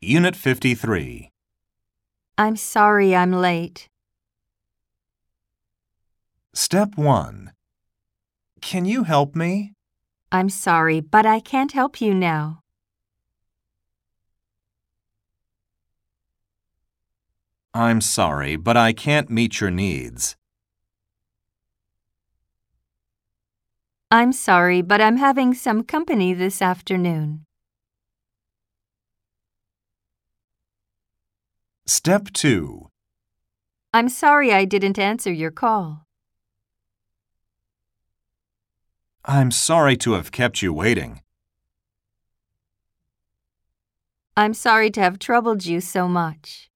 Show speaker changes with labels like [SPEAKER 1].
[SPEAKER 1] Unit 53.
[SPEAKER 2] I'm sorry I'm late.
[SPEAKER 1] Step 1. Can you help me?
[SPEAKER 2] I'm sorry, but I can't help you now.
[SPEAKER 1] I'm sorry, but I can't meet your needs.
[SPEAKER 2] I'm sorry, but I'm having some company this afternoon.
[SPEAKER 1] Step 2.
[SPEAKER 2] I'm sorry I didn't answer your call.
[SPEAKER 1] I'm sorry to have kept you waiting.
[SPEAKER 2] I'm sorry to have troubled you so much.